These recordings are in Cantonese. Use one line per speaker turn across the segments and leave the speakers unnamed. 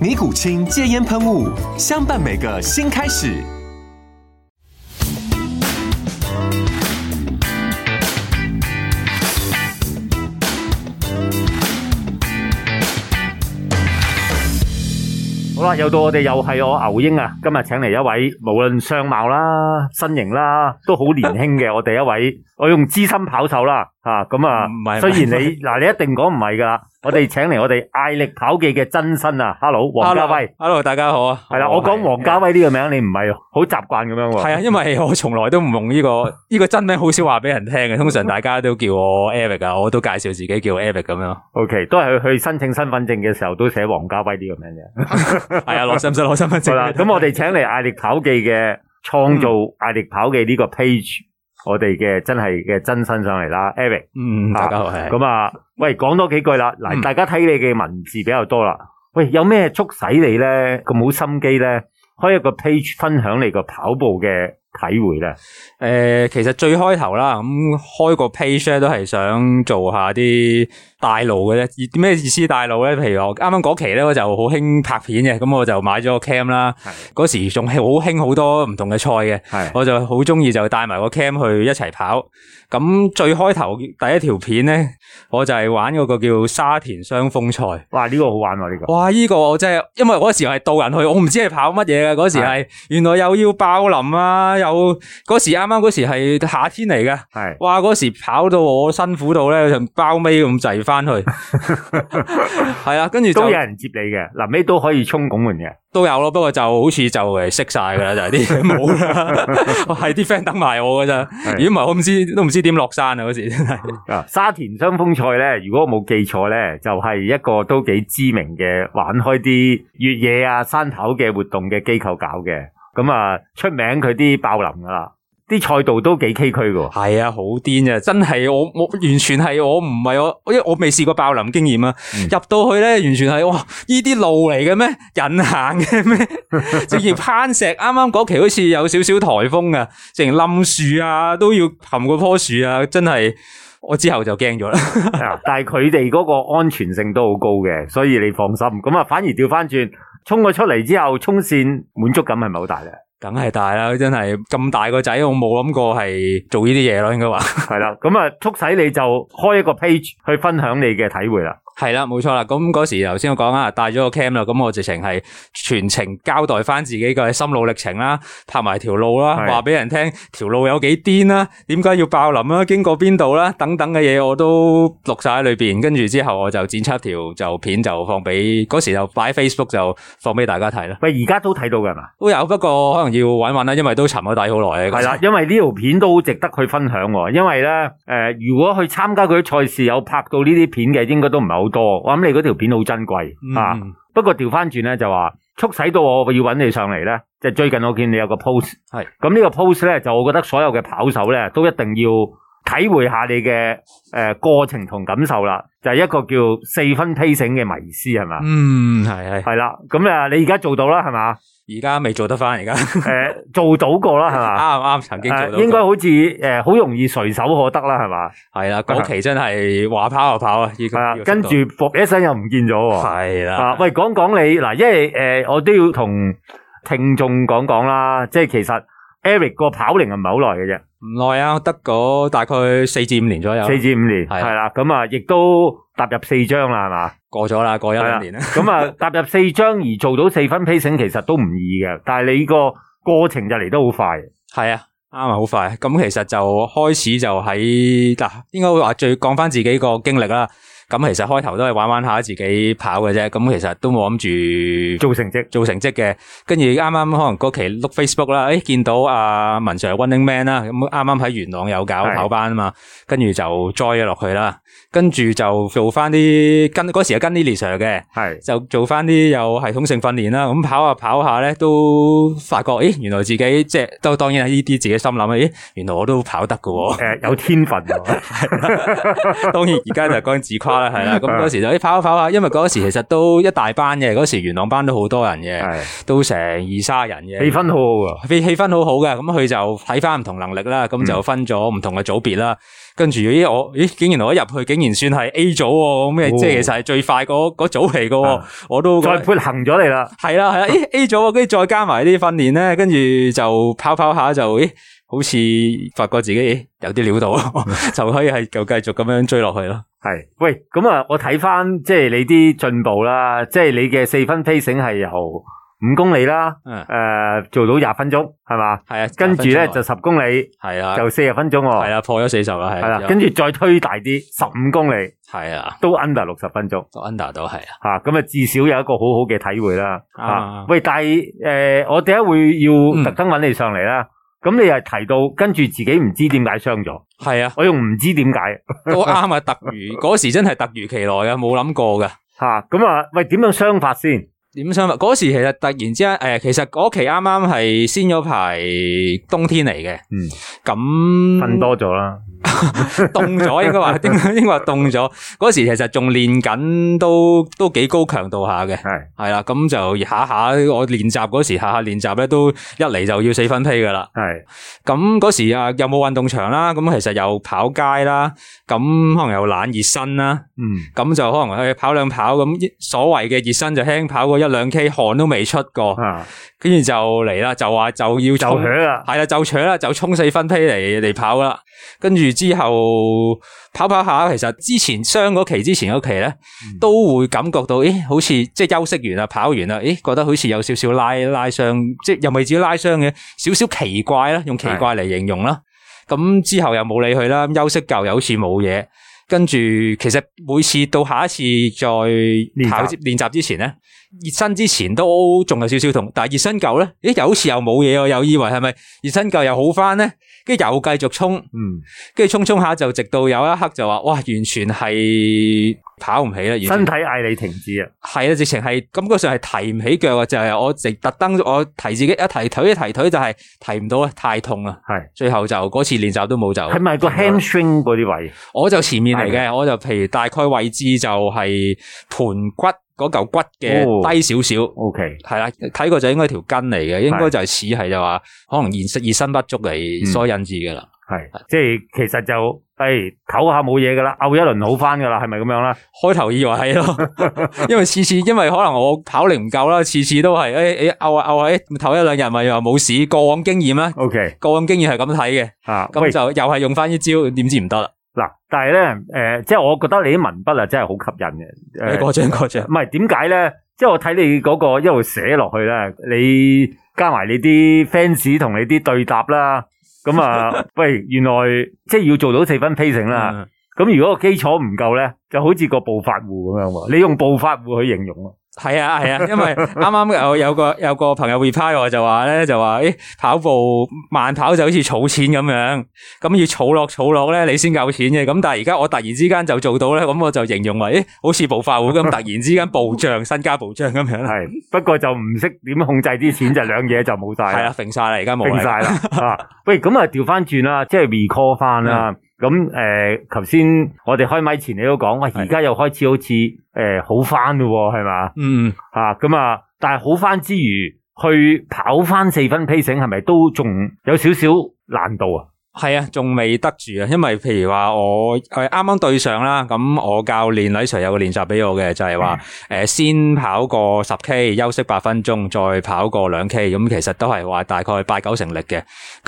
尼古清戒烟喷雾，相伴每个新开始。
好啦，又到我哋又係我牛英啊！今日請嚟一位，無論相貌啦、身形啦，都好年輕嘅我哋一位，我用資深跑手啦吓，咁啊
唔，係
雖然
唔係
你嗱你一定講唔係噶啦，我哋請嚟我哋艾力跑記嘅真身啊，Hello 黃家威，
Hello，大家好啊。
係啦，我講黃家威呢個名你唔係好習慣咁樣喎，
系啊，因为我从来都唔用呢、個个呢、個个真名，好少话俾人听嘅。通常大家都叫我 Eric 啊，我都介绍自己叫 Eric 咁样。
，OK，都係去去申請身份證嘅時候都寫黃家威呢個名嘅。
系 啊，攞使唔使攞身份
好
证？
啦，咁我哋請嚟艾力跑記嘅創
嗯
造艾力跑記呢個 page，我哋嘅真係嘅真身上嚟啦，Eric。
嗯，大家好，系
咁啊，喂，講多幾句啦。嗱，
嗯
大家睇你嘅文字比較多啦。喂，有咩促使你咧咁好心機咧，開一個 page 分享你個跑步嘅體會咧？
诶、其實最開頭啦，咁、開個 page 咧都係想做下啲大路嘅啫。咩意思大路咧？譬如我啱啱嗰期咧，我就好興拍片嘅，咁我就買咗個 cam 啦。嗰時仲係好興好多唔同嘅賽嘅，
係
我就好中意就帶埋個 cam 去一齊跑。咁最開頭第一條片咧，我就係玩嗰個叫沙田雙峰賽。
哇，呢個好玩喎，呢個
哇！呢、個我真係，因為嗰時係導人去，我唔知係跑乜嘢嘅。嗰時係原來又要爆林啊，又嗰時啱啱嗰時係夏天嚟嘅。
係
哇！嗰時跑到我辛苦到咧，就包尾咁滯翻去。係啊，跟住就
都有人接你嘅，臨尾都可以衝拱門嘅。
都有咯，不過就好似就誒識晒㗎啦，就係啲 嘢冇啦，係啲 friend 等埋我㗎咋。如果唔係，我唔知都唔知點落山啊！嗰時真係。
啊，沙田雙峰賽咧，如果我冇記錯咧，就係、一個都幾知名嘅玩開啲越野啊、山頭嘅活動嘅機構搞嘅。咁啊，出名佢啲爆林噶啦，啲賽道都幾崎嶇嘅喎。
系啊，好癲啊！真係我我完全係我唔係我，因為我未試過爆林經驗啊。入到去咧，完全係哇！呢啲路嚟嘅咩？人行嘅 咩？直情攀石，啱啱嗰期好似有少少颱風啊，直情冧樹啊，都要冚嗰棵樹啊！真係我之後就驚咗啦。
啊 但係佢哋嗰個安全性都好高嘅，所以你放心。咁啊，反而調翻轉，衝咗出嚟之後，衝線滿足感係咪好大咧？
梗係大啦，真係咁大個仔，我冇諗過係做呢啲嘢咯，應該話。
係啦，咁啊，促使你就開一個 page 去分享你嘅體會啦。
系啦，冇錯啦。咁嗰時頭先我講啊，帶咗個 cam 啦，咁我直情係全程交代翻自己嘅心路歷程啦，拍埋條路啦，
係
話俾人聽條路有幾癲啦，點解要爆林啦，經過邊度啦，等等嘅嘢我都錄晒喺裏边。跟住之後我就剪輯條就片就放俾嗰時就擺 Facebook 就放俾大家睇啦。
喂，而家都睇到㗎係嘛？
都有，不過可能要揾揾啦，因為都沉咗底好耐啊。
系啦，，因為呢條片都好值得去分享喎。因為咧，诶、如果去參加佢啲賽事有拍到呢啲片嘅，應該都唔係好多。我諗你嗰條片好珍貴、啊。
嗯，
不過調翻轉咧就話，促使到我要揾你上嚟咧，就最近我見你有個 post，
係
咁呢個 post 咧，就我覺得所有嘅跑手咧都一定要體會下你嘅诶、呃、过程同感受啦。就係一個叫四分 pacing 嘅迷思係嘛？
嗯，係係，
係啦，咁啊，你而家做到啦，係 嘛？
而家未做得翻，而家啱
诶、做到過啦，係嘛？
啱曾經做
誒
到過。
應該好似誒好容易隨手可得啦，係嘛？
系啦，嗰期真係話跑就跑啊，依
啊，跟住噗一聲又唔見咗喎。
系
啊
啦，，
喂，講講你嗱，因為誒、我都要同聽眾講講啦，即係其實 Eric 個跑齡係唔係好耐嘅啫，
唔耐啊，得嗰大概四至五年左右，
四至五年
係啊
係啦，咁啊，亦都踏入四張啦，係嘛？
過咗啦，過一
係
兩
啦
年啦，
咁啊，踏入四張而 做到四分 pacing 其實都唔易嘅，但係你個過程就嚟得好快
係啊，啊，好快。咁其實就開始就喺嗱，應該話最講翻自己個經歷啦。咁其實開頭都係玩玩下自己跑嘅啫。咁其實都冇諗住
做成績，
做成績嘅。跟住啱啱可能嗰期碌 Facebook 啦，誒見到阿文 Sir Winning Man 啦，咁啱啱喺元朗有搞
係
跑班啊嘛，跟住就 join 咗落去啦。跟住就做翻啲跟嗰時係跟 Lily Sir 嘅。
係
就做翻啲有系統性訓練啦，咁跑下跑下咧，都發覺，咦，原來自己即係都當然係呢啲自己心諗啊，咦，原來我都跑得 嘅喎、
诶有天分喎，
當然而家就講自誇啦，係啦，咁嗰時就咦跑下跑下，因為嗰時其實都一大班嘅，嗰時元朗班都好多人嘅，
係
都成二三人嘅，
氣氛好好喎，
氣氣氛好好嘅，咁佢就睇翻唔同能力啦，咁
嗯
就分咗唔同嘅組別啦。跟住咦我咦竟然我一入去竟然算係 A 組喎，咁嘅即係其實係最快嗰嗰組嚟嘅喎
哦啊，
我都覺得
再撥行咗你啦，
系 啦系啦，咦 A 咗喎，跟住再加埋啲訓練咧，跟住就跑跑下就，咦，好似發覺自己咦有啲料到， 就可以係就繼續咁樣追落去咯。
係喂，咁啊，我睇翻即係你啲進步啦，即係你嘅四分 pacing 係由五公里啦，
嗯，
诶、做到廿分鐘係嘛，
系啊，
跟住咧
廿分鐘內
就十公里
係啊，
就四十分鐘
係
喎，
啦，破咗四十啦，
係
係
啦
啊，，
跟住再推大啲十五公里
係啊
都 under 六十分鐘。
都，under 到係啊，
吓，咁啊至少有一個好好嘅體會啦。
啱
啊
啊，
喂，但係诶、呃我點解會
嗯
要特登揾你上嚟啦？咁、你又提到跟住自己唔知點解傷咗，
係啊，
我用唔知點解
都啱啊，突如嗰時真係突如其來啊，冇諗過噶。
吓，咁啊，喂，點樣傷法先？
點想法？嗰時其實突然之間，诶、其實嗰期啱啱係先咗排冬天嚟嘅，
嗯，
咁
瞓多咗啦，
凍咗，應該話應該應該話凍咗。嗰時其實仲練緊，都都幾高強度下嘅。
係
係啦，咁就下下我練習嗰時，下下練習咧都一嚟就要四分批噶啦。
係
咁嗰時啊，又冇運動場啦，咁其實又跑街啦，咁可能又懶熱身啦，
嗯
咁就可能去跑兩跑咁，所謂嘅熱身就輕跑過一兩 K，汗都未出過，
啊，
跟住就嚟啦，就話就
就
要衝
響啦，
系啦，就搶啦，就冲四分批嚟嚟跑啦。跟住之後跑跑下，其實之前傷嗰期之前嗰期咧，
嗯
都會感覺到，咦，好似即係休息完啦，跑完啦，咦，覺得好似有少少拉拉傷，即係又未至於拉傷嘅，少少奇怪啦，用奇怪嚟形容啦。咁之後又冇理佢啦，休息夠又好似冇嘢。跟住其實每次到下一次再跑
習
練習之前咧，熱身之前都仲有少少痛，但係熱身夠咧，咦又好似又冇嘢喎，又以為係咪熱身夠又好翻咧？跟住又繼續衝，
嗯，
跟住衝衝下就直到有一刻就話哇，完全係跑唔起啦，完全
身體嗌你停止啊，
係啦，直情係感覺上係提唔起腳啊！就係、我直特登我提自己一提腿一提腿就係提唔到啊，太痛啦！
係
最後就嗰次練習都冇就
係咪個 hamstring 嗰啲位？
我就前面嚟
係
嘅，我就譬如大概位置就係盤骨嗰嚿骨
哦
嘅低少少。
O K，
係啦，睇過就應該條筋嚟嘅，應該就係似係就話可能熱身熱身不足
嗯
嚟所引致嘅啦。
係即係其實就誒唞下冇嘢噶啦，嘔一輪好翻噶啦，係咪咁樣啦？
開頭以為係咯， 因為次次因為可能我跑力唔夠啦，次次都係诶诶拗下拗下，誒唞一兩日咪又話冇事，過往經驗啦，
O K，
過往經驗係咁睇嘅，
啊，
咁
喂
就又係用翻呢招，點知唔得啦？
嗱，但系咧，诶、即系我覺得你啲文筆啊，真係好吸引嘅。
你
诶、
哎過獎過獎
唔，係點解咧？即系我睇你嗰、個一路寫落去咧，你加埋你啲 fans 同你啲對答啦，咁啊，喂，原來即系要做到四分 pacing 啦。
嗯
咁、啊如果個基礎唔夠咧，就好似個暴發户咁樣喎。你用暴發户去形容啊？
係啊係啊，因為啱啱有有個有個朋友 reply 我就話咧，就話诶跑步慢跑就好似儲錢咁樣，咁要儲落儲落咧，你先夠錢嘅。咁但係而家我突然之間就做到咧，咁我就形容為诶好似暴發户咁，突然之間暴漲，身家暴漲咁樣啦。
係，不過就唔識點控制啲錢，就兩嘢就冇晒啦。
系啦，揈晒啦，而家啊冇
定
啦。
啊晒 啦。啊，喂，咁啊調翻轉啦，即係 recall 翻
嗯
啦。咁誒，頭先我哋開咪前你都講，喂，而家又開始好似誒好翻咯喎，係嘛？
嗯，
啊，咁啊，但係好翻之餘，去跑翻四分 pacing 係咪都仲有少少難度啊？
系啊，仲未得住啊，因為譬如話我诶啱啱對上啦，咁我教練李 Sir 有個練習俾我嘅，就係話诶先跑個十 K，休息八分鐘，再跑個兩 K，咁其實都係話大概八九成力嘅。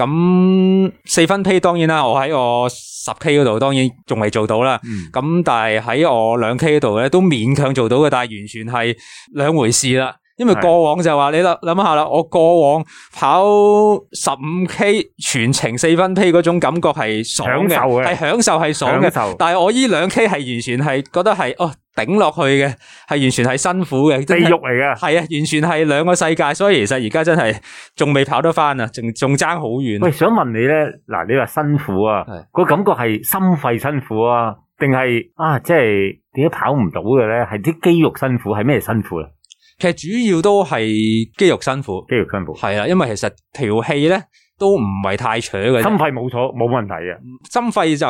咁四分 P 當然啦，我喺我十 K 嗰度當然仲未做到啦。
嗯，
咁但係喺我兩 K 嗰度咧，都勉強做到嘅，但係完全係兩回事啦。因為
係
過往就話你諗諗下啦，我過往跑十五 K 全程四分 P 嗰種感覺係爽嘅，
享受嘅
係享受係爽嘅。
享受
但係我依兩 K 係完全係覺得係哦頂落去嘅，係完全係辛苦嘅，
地
真係
獄嚟噶。
系啊，完全係兩個世界，所以其實而家真係仲未跑得翻啊，仲仲争好遠。
喂，想問你咧，嗱，你話辛苦啊
係，
個感覺係心肺辛苦啊，定係啊，即係點解跑唔到嘅咧？係啲肌肉辛苦，係咩辛苦啊？
其實主要都係肌肉辛苦，
肌肉辛苦，
係啦，啊因為其實條氣咧都唔係太扯嘅啫，
心肺冇錯，冇問題啊嘅。
心肺就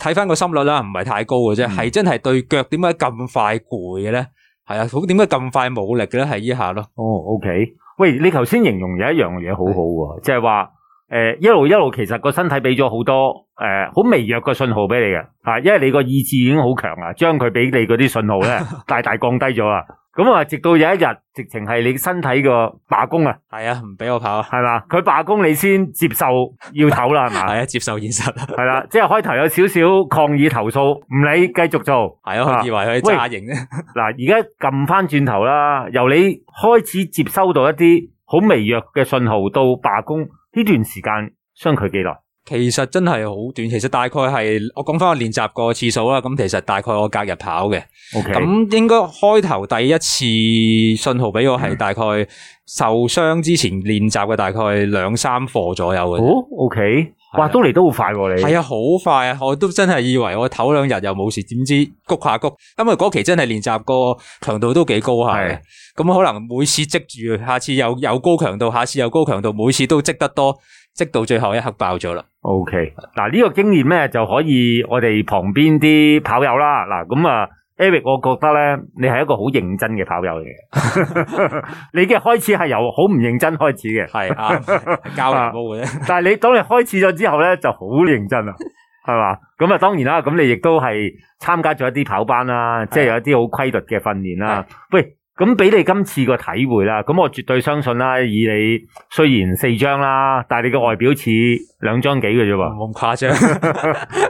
睇翻個心率啦，唔係太高嘅啫，
嗯
係真係對腳點解咁快攰嘅咧？係啊，咁點解咁快冇力嘅咧？係依下咯，
哦，OK。喂，你頭先形容有一樣嘢好好喎，就係話誒一路一路，其實個身體俾咗好多誒好、微弱嘅信號俾你嘅嚇、因為你個意志已經好強啊，將佢俾你嗰啲信號咧 大大降低咗啊。咁啊，直到有一日，直情係你身體個罷工啊，
係啊，唔俾我跑啊，
係嘛？佢罷工你先接受要唞啦，係嘛？
係啊，接受現實啊，
係啦，即係開頭有少少抗議投訴，唔理繼續做。
係啊，我以為佢
喂
揸型啫，
嗱，而家撳翻轉頭啦，由你開始接收到一啲好微弱嘅信號到罷工呢段時間，相距幾耐？
其實真係好短，其實大概係我講翻我練習個次數啦，咁其實大概我隔日跑嘅，
OK，
咁應該開頭第一次信號俾我係大概受傷之前練習嘅大概兩三課左右嘅。
哦，OK，哇，
係啊
都嚟得好快喎、你。
係啊，好快啊！我都真係以為我唞兩日又冇事，點知谷下谷，因為嗰期真係練習個強度都幾高下嘅
係。
咁可能每次積住，下次又有高強度，下次又高強度，每次都積得多，積到最後一刻爆咗啦。
O K，嗱呢個經驗咧就可以我哋旁邊啲跑友啦，嗱咁啊 Eric，我覺得咧你係一個好認真嘅跑友嚟嘅， 你嘅開始係由好唔認真開始嘅，
係啱，係啊交流煲嘅啫。
但系你當你開始咗之後咧，就好認真啦，係嘛？咁啊，當然啦，咁你亦都係參加咗一啲跑班啦，即係有一啲好規律嘅訓練啦。喂，咁俾你今次個體會啦，咁我絕對相信啦，以你雖然四張啦，但係你嘅外表似兩張幾嘅啫喎。
冇 咁誇張，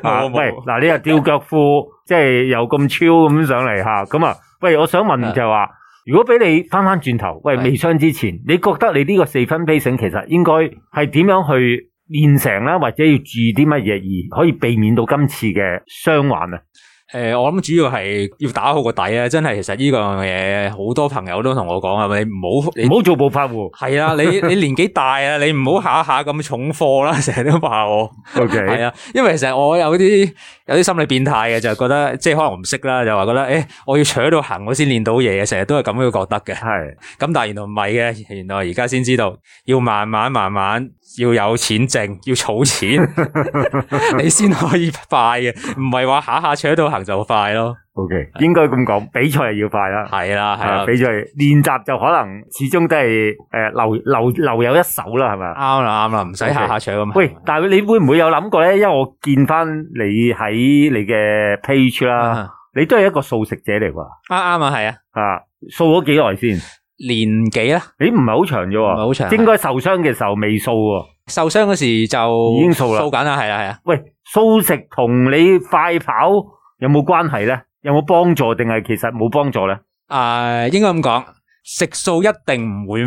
冇
啊，
冇
喂，
冇
嗱，你又吊腳褲，即係又咁超咁上嚟吓，咁啊，喂，我想問
係
就係話，如果俾你翻翻轉頭，喂，
係
未傷之前，你覺得你呢個四分 p a 其實應該係點樣去練成啦，或者要注意啲乜嘢而可以避免到今次嘅傷患啊？
诶、我諗主要係要打好個底啊！真係，其實呢樣嘢好多朋友都同我講啊，你唔好你
唔好做暴發 户
係啊，你你年紀大啊，你唔好下下咁重貨啦， 成日都話我係
，OK，
啊，因為其實我有啲有啲心理變態嘅，就係覺得即係可能我唔識啦，就話覺得诶、我要扯到行我先練到嘢，成日都係咁樣覺得嘅。
係
咁但係原來唔係嘅，原來而家先知道要慢慢慢慢要有錢剩，要儲錢， 你先可以快嘅，唔係話下下扯到行就快咯。
，OK，應該咁講，比賽係要快啦。
係啦，係啦
啊，比賽練習就可能始終都係誒留留留有一手啦，係咪啊？
啱啦啱啦，唔使
OK
下下搶啊咁。
喂，但系你會唔會有諗過咧？因為我見翻你喺你嘅 page 啦，
啊
你都係一個素食者嚟喎，
啱啊係啊，
啊，素咗幾耐先？
年幾啦，
你唔係好長啫
唔係
喎，
好長。啊
應該受傷嘅時候未素喎。
受傷嗰時就
已經掃啦
掃緊啦，係啦係啊。
喂，素食同你快跑有冇關係咧？有冇幫助定係其實冇幫助咧？
啊，應該咁講，食素一定唔會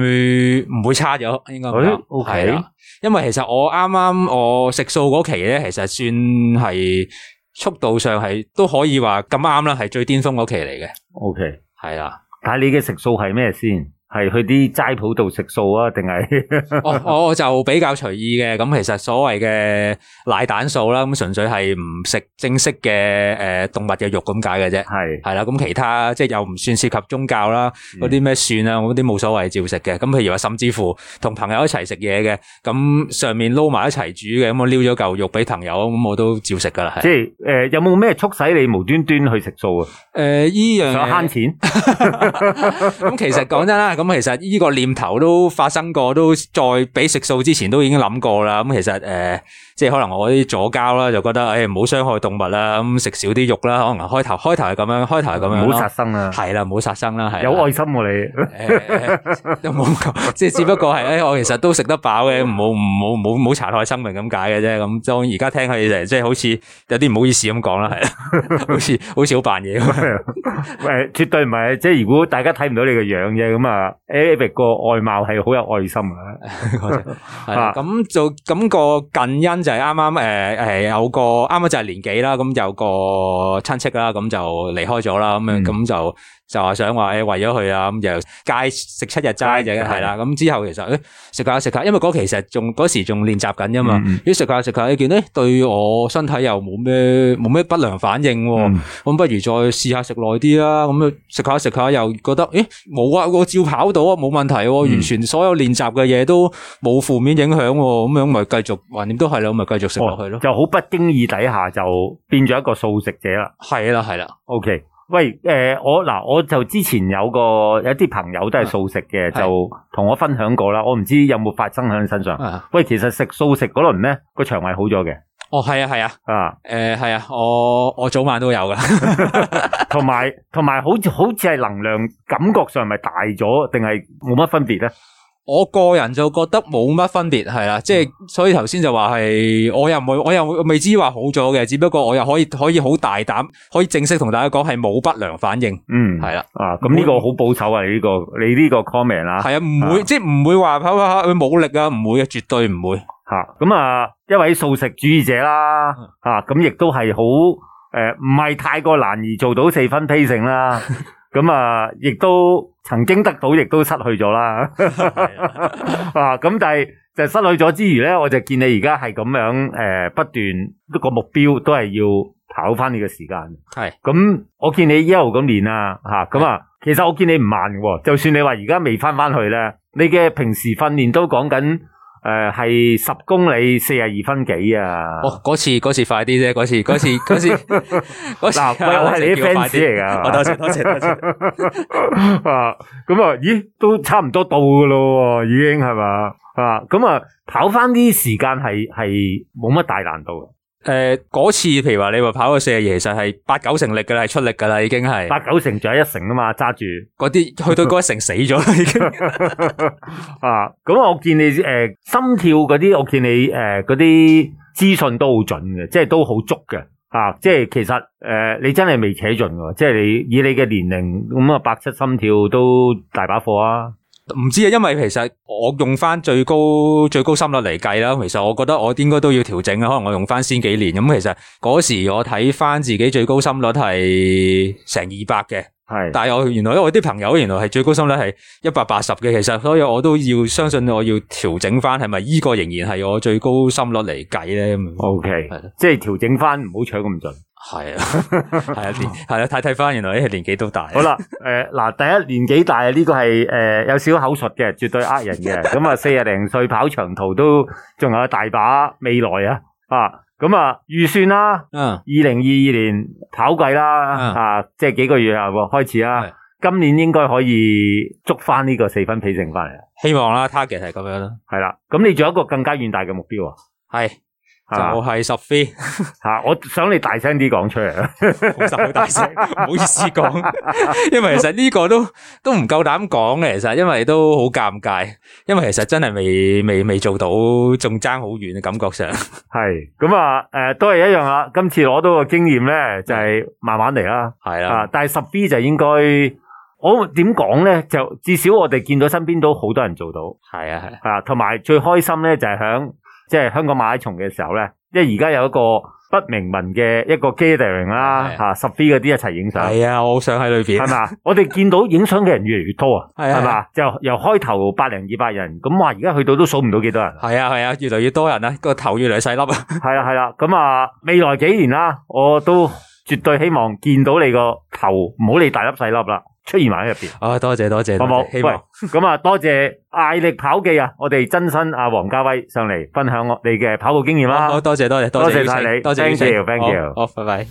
唔會差咗，應該
誒
咁講
，OK
係啦。因為其實我啱啱我食素嗰期咧，其實算係速度上係都可以話咁啱啦，係最巔峰嗰期嚟嘅，
O K，
係啦。
但係你嘅食素係咩先？係去啲齋鋪度食素啊？定係
我我我就比較隨意嘅，咁其實所謂嘅奶蛋素啦，咁純粹係唔食正式嘅誒、呃、動物嘅肉咁解嘅啫。
係
係啦，咁其他即係又唔算涉及宗教啦，
嗯
嗰啲咩蒜啊，嗰啲冇所謂照食嘅。咁譬如話，甚至乎同朋友一齊食嘢嘅，咁上面撈埋一齊煮嘅，咁我撩咗嚿肉俾朋友，咁我都照食噶啦。
即
係
係誒？有冇咩促使你無端端去食素啊？
誒，依樣
想慳
嘢
錢？
咁其實講真啦，咁其實依個念頭都發生過，都再俾食素之前都已經諗過啦。咁其實誒、呃即係可能我啲左膠啦，就覺得誒唔好傷害動物啦，咁食少啲肉啦。可能開頭開頭係咁樣，開頭係咁樣
唔好
咯
殺生啊！
係啦，唔好殺生啦，係啦
有愛心喎、
誒又冇咁，即係只不過係诶，誒我其實都食得飽嘅，唔好唔好唔好唔好殘害生命咁解嘅啫。咁當然而家聽佢哋即係好似有啲唔好意思咁講啦，係啦， 好似好似好扮嘢咁。
你，誒絕對唔係，即係如果大家睇唔到你個樣啫，咁啊啊 Eric 個外貌係好有愛心啊！
系啦，咁就咁個近因就係啱啱诶诶有個啱啱就係年紀啦，咁有個親戚啦，咁就離開咗啦，咁
嗯
樣咁就就話想話诶為咗佢啊，咁就戒食七日齋
戒
嘅係啦，咁之後其實诶食下食下，因為嗰期其實仲嗰時仲練習緊啫嘛
嗯嗯，
咦食下食哎下，你見咧對我身體又冇咩冇咩不良反應喎。
嗯
咁不如再試下食耐啲啦。咁啊食下食下又覺得，咦冇啊，我照跑到啊，冇問題喎、
嗯
完全所有練習嘅嘢都冇負面影響喎、咁樣咪繼續，橫掂都係啦，咁咪繼續食落去
哦
咯。
就好不經意底下就變咗一個素食者啦。
係啦係啦，
OK，喂，诶、我嗱，我就之前有個有啲朋友都係素食嘅，
係
就同我分享過啦。我唔知有冇發生喺佢身上。
啊
喂，其實食素食嗰輪咧，個腸胃好咗嘅
哦係啊係啊，
啊，
誒係啊，我我早晚都有噶。
同埋同埋好似好似係能量感覺上係咪大咗，定係冇乜分別咧？
我個人就覺得冇乜分別係啦，即係所以頭先就話係，我又唔會，我又未至於話好咗嘅，只不過我又可以可以好大膽，可以正式同大家講係冇不良反應
嗯，
係啦。
啊，咁呢個好保守啊！你呢、個你呢個 comment 啦、
系啊，唔会即系唔会话跑跑下佢冇力啊，唔会嘅，绝对唔会。
吓咁啊，一位素食主義者啦，吓咁亦都係好诶，唔、係太過難而做到四分披勝啦。咁啊，亦都曾經得到，亦都失去咗啦。 啊，咁但係就失去咗之餘咧，我就見你而家係咁樣诶、誒不斷個目標都係要跑翻你嘅時間。
系
咁我見你一路咁練啊，吓咁啊，其實我見你唔慢嘅喎，就算你話而家未翻翻去咧，你嘅平時訓練都講緊诶係十公里四十二分幾啊。
哦，嗰次嗰次快啲啫，嗰次 嗰次嗰次嗰次
嗱喂我係你啲 fans 嚟㗎
哦我多謝多謝多 謝。
啊，咁啊，咦，都差唔多到噶咯喎，已經係嘛？啊，咁啊，跑翻啲時間係係冇乜大難度
诶，嗰次譬如話你話跑個四廿二，其實係八九成力㗎啦，係出力㗎啦，已經
嘅，
係
八九成仲有一成啊嘛，揸住
嗰啲去到嗰一成死咗啦，已經。
啊，咁啊我見你誒、呃心跳嗰啲，我見你誒嗰啲資訊都好準嘅，即係都好足嘅。啊，即係其實誒、呃你真係未扯盡喎，即係你以你嘅年齡咁啊，百七心跳都大把貨啊！
唔知啊，因為其實我用翻最高最高心率嚟計啦，其實我覺得我應該都要調整啊。可能我用翻先幾年咁，其實嗰時我睇翻自己最高心率係成二百嘅。
係
但系我原來我啲朋友原來係最高心率係一百八十嘅，其實所以我都要相信我要調整翻，係咪呢個仍然係我最高心率嚟計咧？咁樣
O K，
係咯
即係調整翻，唔好扯咁盡。
係啊，係 啊，年係啊，睇睇翻原來誒年紀都大。
好，啦， 诶、嗱，第一年紀大呢、個係诶、有少少口述嘅，絕對呃人嘅。咁啊，四廿零歲跑長途都仲有大把未來啊！啊，咁啊，預算啦，
嗯，
二零二二年跑季啦，
嗯
啊，即係幾個月後開始啦
係。
今年應該可以捉翻呢個四分皮成翻嚟啦，
希望啦，target 係咁樣啦。
係啦。咁你仲有一個更加遠大嘅目標啊！
係就
嚇
係十飛，
嚇我想你大聲啲講出嚟啊！
好十好大聲，唔好意思講， 因為其實呢個都都唔夠膽講嘅，其實因為都好尷尬，因為其實真係未未未做到，仲爭好遠嘅感覺上。
係咁啊，诶、都係一樣啦。今次攞到個經驗咧，就係慢慢嚟啦。
嗯係
啊
啦，！
但係十 B 就應該，我點講咧？就至少我哋見到身邊都好多人做到
係啊，係啊
啊，同埋最開心咧就係響即係香港馬拉松嘅時候咧，因為而家有一個不明文嘅一個 gathering 啦，
係
嚇十 B 嗰啲一齊影相。
係啊，我好想喺裏邊
係。嘛？ 我哋見到影相嘅人越嚟越多啊，
係啊
係嘛？就由開頭百零二百人，咁話而家去到都數唔到幾多 人。
系啊系啊，越嚟越多人啦，个头越嚟越细粒啊！
係啦係啦，咁啊未來幾年啦，我都絕對希望見到你個頭，唔好理大粒細粒啦，出現埋喺入邊。
啊，多谢多谢，
好
多謝
冇？
希望
喂，咁啊，多謝艾力跑記啊，我哋真身阿黃家威上嚟分享我哋嘅跑步經驗啦。
好多谢多谢
多謝
謝
晒
邀請
你
多谢
Thank
邀請
you，thank you
好，好拜拜。